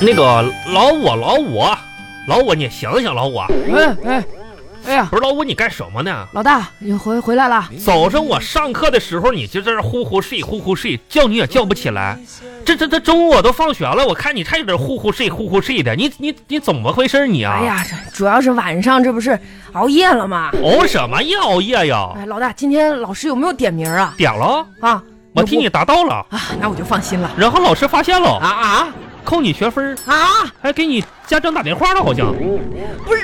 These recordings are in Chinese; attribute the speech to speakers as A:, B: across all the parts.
A: 那个老我老我老我，你醒醒老我！
B: 哎哎哎呀，
A: 不是老我，你干什么呢？
B: 老大，你回回来了。
A: 早上我上课的时候，你就在这呼呼睡呼呼睡，叫你也叫不起来。这这这中午都放学了，我看你还有点呼呼睡呼呼睡的，你你你怎么回事你啊？
B: 哎呀，这主要是晚上这不是熬夜了吗？
A: 熬什么夜熬夜呀？
B: 哎，老大，今天老师有没有点名啊？
A: 点了，
B: 啊，
A: 我替你答到了，
B: 啊，那我就放心了。
A: 然后老师发现了，
B: 啊啊
A: 扣你学分，
B: 啊！
A: 还给你家长打电话了，好像
B: 不是，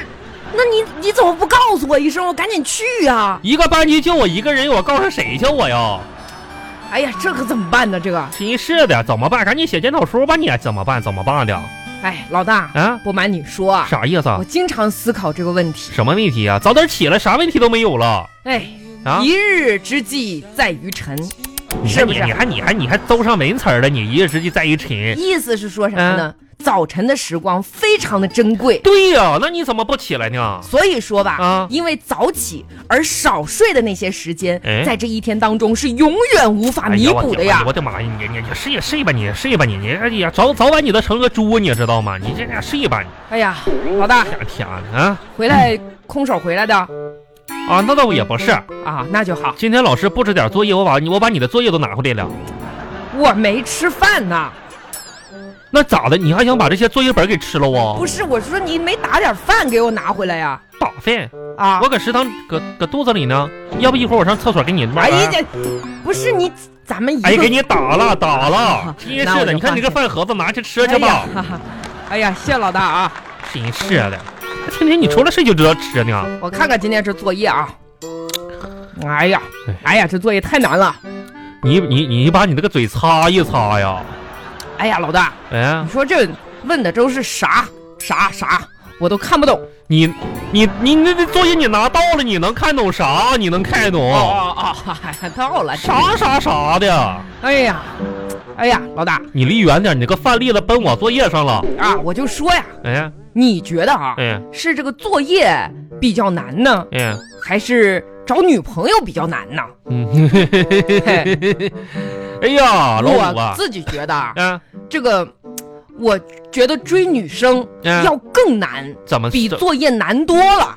B: 那你你怎么不告诉我一声？我赶紧去啊呀、
A: 一个班级就我一个人，我告诉谁去我呀？
B: 哎呀，这可怎么办呢？这个，
A: 真是的，怎么办？赶紧写检讨书吧你，怎么办？怎么办的？
B: 哎，老大，
A: 啊，
B: 不瞒你说啊，
A: 啥意思？啊
B: 我？经常思考这个问题。
A: 什么问题啊？早点起来，啥问题都没有了
B: 哎，
A: 啊！
B: 一日之计在于晨，
A: 你
B: 是
A: 看
B: 不
A: 你
B: 是
A: 你还你还你还兜上文词儿了，你一日之计在于晨。
B: 意思是说什么呢？早晨的时光非常的珍贵，
A: 对呀、那你怎么不起来呢？
B: 所以说吧，
A: 啊
B: 因为早起而少睡的那些时间，
A: 哎
B: 在这一天当中是永远无法弥补的呀。
A: 我的哎妈呀！你你你睡也睡吧，你睡吧你你哎呀，早早晚你都成个猪，你知道吗？你这俩睡吧，你
B: 哎呀，老大
A: 天天的啊
B: 回来空手回来的
A: 啊，那倒也不是。
B: 啊，那就好。
A: 今天老师布置点作业，我把你我把你的作业都拿回来了。
B: 我没吃饭呢，
A: 那咋的？你还想把这些作业本给吃了啊？
B: 不是，我说你没打点饭给我拿回来呀？
A: 打饭，
B: 啊
A: 我，搁食堂搁搁肚子里呢。要不一会儿我上厕所给你慢慢。
B: 哎呀，这不是你，咱们一个
A: 哎，给你打 了打了，真
B: 那
A: 是
B: 我就
A: 的！你看
B: 放
A: 你这饭盒子，拿去吃去
B: 哎呀
A: 吧。
B: 哈哈 哎呀，谢老大啊。
A: 真是的，天天你除了睡就知道吃呢。
B: 我看看今天这作业啊，哎呀，哎呀，这作业太难了。
A: 你你你把你那个嘴擦一擦呀！
B: 哎呀，老大，
A: 哎
B: 你，说这问的都是啥啥啥，我都看不懂。
A: 你你你那那作业你拿到了，你能看懂啥？你能看懂、
B: 哦哦，哎到了。
A: 啥啥啥的？
B: 哎呀，哎呀，老大
A: 你离远点，你那个饭粒子奔我作业上了。
B: 啊，我就说呀，
A: 哎
B: 你觉得啊，
A: 哎
B: 是这个作业比较难呢，
A: 哎，
B: 还是找女朋友比较难呢？
A: 嗯，
B: 嘿
A: 哎呀，老五
B: 我
A: 啊，
B: 自己觉得啊，
A: 啊，
B: 这个，我觉得追女生
A: 嗯
B: 要更难，
A: 怎么
B: 比
A: 这
B: 作业难多了。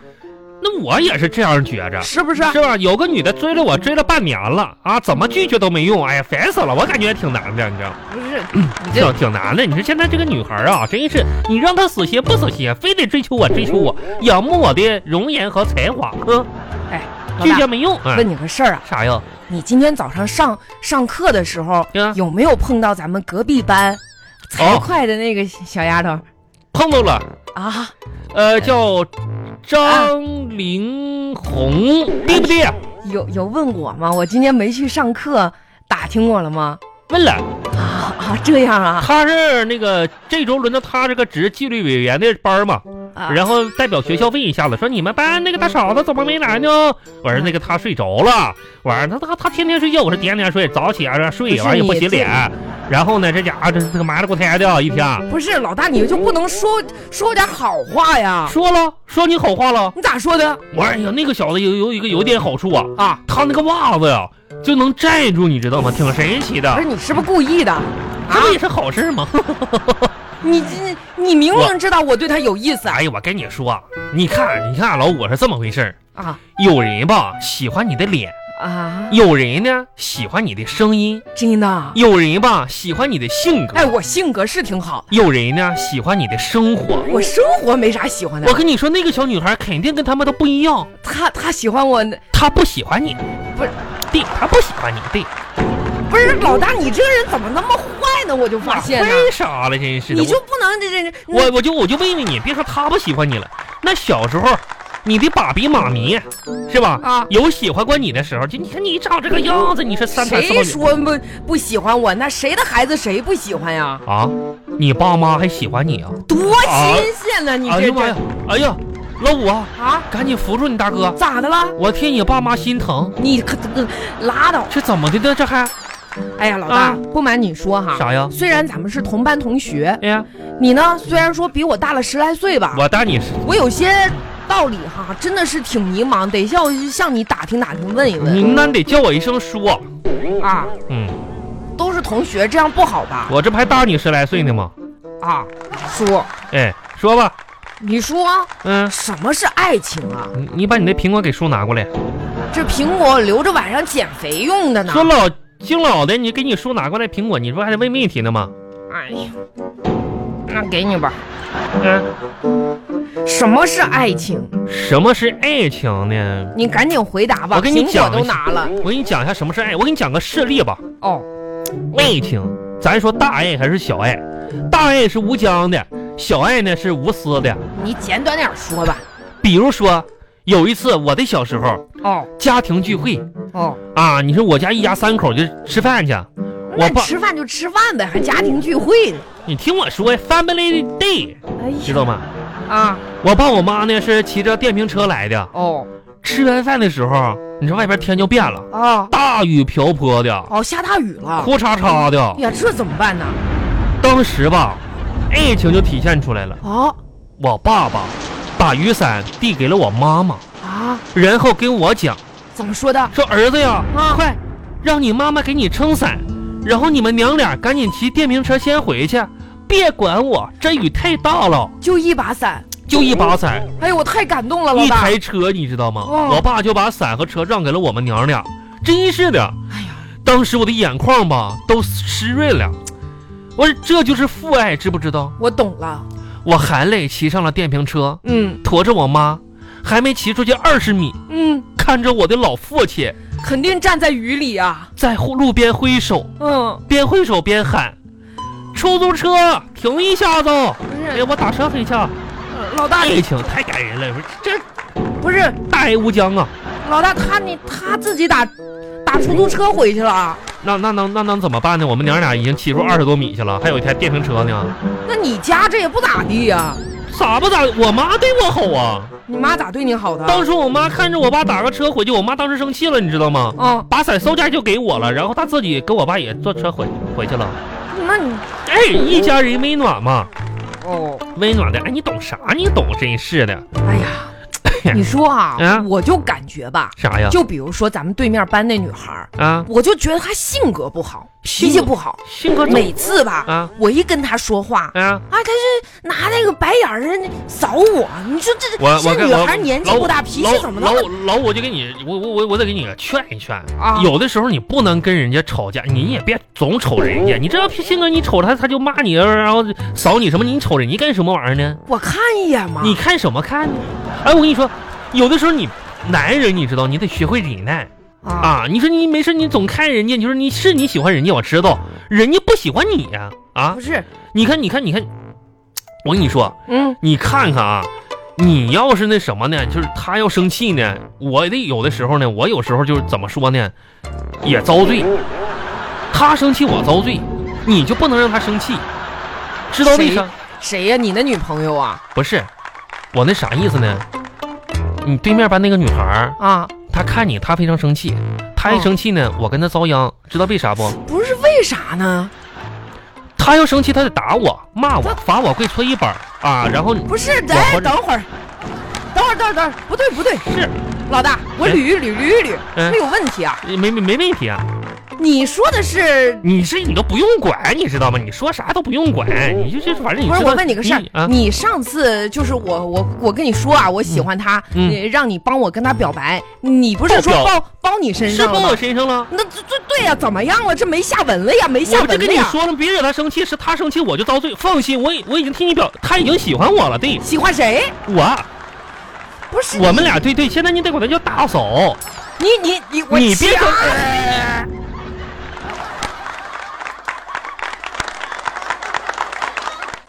A: 那我也是这样觉着。
B: 是不是？
A: 是吧？有个女的追了我，追了半年了啊，怎么拒绝都没用，哎呀，烦死了！我感觉也挺难的，你知道吗？
B: 不是，你
A: 挺
B: 这
A: 挺难的。你说现在这个女孩啊，真是你让她死心不死心，非得追求我，追求我，仰慕我的容颜和才华，嗯，
B: 哎，老
A: 拒
B: 大
A: 绝，没用。哎
B: 问你个事儿啊，
A: 啥呀？
B: 你今天早上上上课的时候，
A: 呀，
B: 有没有碰到咱们隔壁
A: 哦
B: 班财会的那个小丫头
A: 碰到了，
B: 啊？
A: 呃，叫张玲红，对不
B: 哎
A: 对？
B: 有有问我吗？我今天没去上课，打听我了吗？
A: 问了，
B: 啊啊，这样啊
A: 她是那个这周轮到她这个职纪律委员的班嘛，
B: 啊
A: 然后代表学校问一下子，说你们班那个大嫂子怎么没来呢？我说那个她睡着了，完了她她她天天睡觉，我说点点睡，早起啊睡，
B: 不是
A: 完了也不洗
B: 你这
A: 脸，然后呢这家伙这这个埋了锅胎的一天，
B: 不是老大，你就不能说说我点好话呀？
A: 说了说你好话了，
B: 你咋说的
A: 我说哎呀那个小子有有一个有点好处啊，
B: 啊？
A: 他那个袜子呀就能站住，你知道吗？挺神奇
B: 不是
A: 的，
B: 你是不是故意的？啊
A: 这，不也是好事 吗？
B: 你你你明明知道我对她有意思
A: 哎呀，我跟你说啊，你看你看老五是这么回事儿
B: 啊
A: 有人吧喜欢你的脸，
B: 啊！
A: 有人呢喜欢你的声音。
B: 真的啊？
A: 有人吧喜欢你的性格，
B: 哎，我性格是挺好的。
A: 有人呢喜欢你的生活。
B: 我生活没啥喜欢的
A: 我，跟你说，那个小女孩肯定跟他们都不一样，
B: 他他喜欢我，
A: 她不喜欢你，
B: 不是，
A: 对，她不喜欢你，对，
B: 不是老大，你这个人怎么那么坏呢？我就发现了，
A: 为啥了？真是的，
B: 你就不能这这
A: 我我我就我就问问你，别说她不喜欢你了，那小时候你的爸比妈咪是吧？
B: 啊
A: 有喜欢过你的时候，就你看你长这个样子，你是三胎
B: 谁
A: 少女
B: 说不不喜欢我？那谁的孩子谁不喜欢呀？
A: 啊？你爸妈还喜欢你啊？
B: 多新鲜呢！你
A: 哎
B: 这
A: 呀妈呀
B: 这！
A: 哎呀，老五啊，
B: 啊，
A: 赶紧扶住你大哥，
B: 咋的了？
A: 我替你爸妈心疼。
B: 你可呃拉倒！
A: 这怎么的呢？这还
B: 哎呀，老大
A: 啊，
B: 不瞒你说哈，
A: 啥呀？
B: 虽然咱们是同班同学，
A: 哎呀，
B: 你呢虽然说比我大了十来岁吧，
A: 我带你是，
B: 我有些道理哈，真的是挺迷茫，得向向你打听打听，问一
A: 你
B: 问
A: 那你得叫我一声叔。
B: 啊。
A: 嗯，
B: 都是同学，这样不好吧？
A: 我这不还大你十来岁呢吗？
B: 啊，说，
A: 哎，说吧，
B: 你说
A: 嗯，
B: 什么是爱情啊？
A: 你你把你那苹果给叔拿过来。
B: 这苹果留着晚上减肥用的呢。
A: 说老敬老的，你给你叔拿过来苹果，你这不还得问问题呢吗？
B: 哎呀，那给你吧。
A: 嗯，
B: 什么是爱情？
A: 什么是爱情呢？
B: 你赶紧回答吧。
A: 我跟你
B: 苹
A: 讲
B: 果都拿了。
A: 我给你讲一下什么是爱，我给你讲个事例吧。
B: 哦，
A: 爱情，咱说大爱还是小爱？大爱是无疆的，小爱呢是无私的。
B: 你简短点说吧。
A: 比如说，有一次我的小时候
B: 哦
A: 家庭聚会
B: 哦，
A: 啊，你说我家一家三口就吃饭去，啊我
B: 那
A: 爸，
B: 吃饭就吃饭呗，还家庭聚会呢。
A: 你听我说，family day，
B: 哎呀
A: 知道吗？
B: 啊，
A: 我爸我妈呢是骑着电瓶车来的。
B: 哦
A: 吃完饭的时候，你说外边天就变了，
B: 啊
A: 大雨瓢泼的，
B: 哦，下大雨了。哎
A: 哭嚓嚓的。
B: 呀，这怎么办呢？
A: 当时吧，爱情就体现出来了。
B: 啊
A: 我爸爸把雨伞递给了我妈妈，
B: 啊，
A: 然后跟我讲
B: 怎么说的？
A: 说：“儿子呀，
B: 啊
A: 快让你妈妈给你撑伞，然后你们娘俩赶紧骑电瓶车先回去，别管我，这雨太大了。
B: 就一把伞。”
A: 就一把伞，
B: 哎呦，我太感动了，老
A: 一
B: 大。
A: 台车，你知道吗？
B: 哦
A: 我爸就把伞和车让给了我们娘俩，真是的。
B: 哎呀，
A: 当时我的眼眶吧都湿润了。我说这就是父爱，知不知道？
B: 我懂了。
A: 我含泪骑上了电瓶车，
B: 嗯
A: 驮着我妈，还没骑出去二十米，
B: 嗯，
A: 看着我的老父亲
B: 肯定站在雨里啊。
A: 在路边挥手，
B: 嗯，
A: 边挥手边喊：“出租车停一下子！”
B: 不
A: 哎
B: 是
A: 呀，，我打车回去。
B: 呃老大，
A: 爱情太感人了，我说这
B: 不是
A: 大爱无疆啊！
B: 老大，他你他自己打打出租车回去了啊。
A: 那那能那能怎么办呢？我们娘俩已经骑出二十多米去了，还有一台电瓶车呢。
B: 那你家这也不咋地呀、
A: 咋不咋？我妈对我好啊！
B: 你妈咋对你好的？
A: 当时我妈看着我爸打个车回去，我妈当时生气了，你知道吗？
B: 啊，
A: 把伞收价就给我了，然后她自己跟我爸也坐车回回去了。
B: 那你
A: 哎，一家人温暖嘛，
B: 哦，
A: 温暖的。哎，你懂啥？你懂，真是的。
B: 哎呀，你说啊，
A: 嗯
B: 我就感觉吧，
A: 啥呀？
B: 就比如说咱们对面班那女孩儿，
A: 啊，
B: 我就觉得她性格不好，
A: 性
B: 脾
A: 格
B: 气不好，
A: 性格
B: 每次吧，
A: 啊
B: 我一跟她说话。
A: 啊，
B: 啊，她是拿那个白眼儿扫我，你说这
A: 我我
B: 这
A: 跟
B: 女
A: 我
B: 孩年纪
A: 老
B: 不大，脾气怎么
A: 老
B: 那
A: 老
B: 么……
A: 老我就给你，我我我我得给你劝一劝
B: 啊
A: 有的时候你不能跟人家吵架，你也别总瞅人家。你这性格你瞅他，他就骂你，啊然后扫你什么？你瞅人家干什么玩意儿呢？
B: 我看一眼嘛，
A: 你看什么看呢？哎，我跟你说，有的时候你男人，你知道，你得学会忍耐
B: 啊，
A: 啊。你说你没事，你总看人家，你说你是你喜欢人家，我知道，人家不喜欢你呀啊
B: 不是，
A: 你看，你看，你看，我跟你说，
B: 嗯，
A: 你看看啊，你要是那什么呢？就是他要生气呢，我得有的时候呢，我有时候就是怎么说呢，也遭罪。他生气我遭罪，你就不能让他生气，知道为啥？
B: 谁呀、你那女朋友啊？
A: 不是，我那啥意思呢？你对面班那个女孩儿，
B: 啊，
A: 她看你，她非常生气，她一
B: 哦
A: 生气呢，我跟她遭殃，知道为啥不？
B: 不是为啥呢？
A: 她要生气，她得打我、骂我、罚我跪搓衣板儿啊，然后
B: 不是，
A: 我
B: 哎，
A: 和
B: 等会儿，等会儿，等会儿，等会儿，不对，不对，
A: 是
B: 老大，我
A: 哎
B: 捋一捋，捋一捋，
A: 嗯
B: 没有问题啊。
A: 没没没问题啊。
B: 你说的是
A: 你是你都不用管，你知道吗？你说啥都不用管，你就就是反正你
B: 不是？
A: 知道
B: 我问你个事儿，
A: 啊，
B: 你上次就是我我我跟你说啊，我喜欢他，
A: 嗯
B: 你让你帮我跟他表白，你不是说
A: 爆表
B: 包包你身
A: 是
B: 上了
A: 包
B: 吗
A: 我？身上了。
B: 那这这对呀、怎么样啊了？这没下文了呀，没下
A: 我不就
B: 文
A: 跟
B: 了
A: 你
B: 呀。
A: 说了，别惹他生气，是他生气我就遭罪。放心，我已我已经替你表，他已经喜欢我了。对
B: 喜欢谁？
A: 我，
B: 不是
A: 我们俩对对，现在你得管他叫大嫂，
B: 你你你我啊
A: 你别
B: 掐
A: 整。哎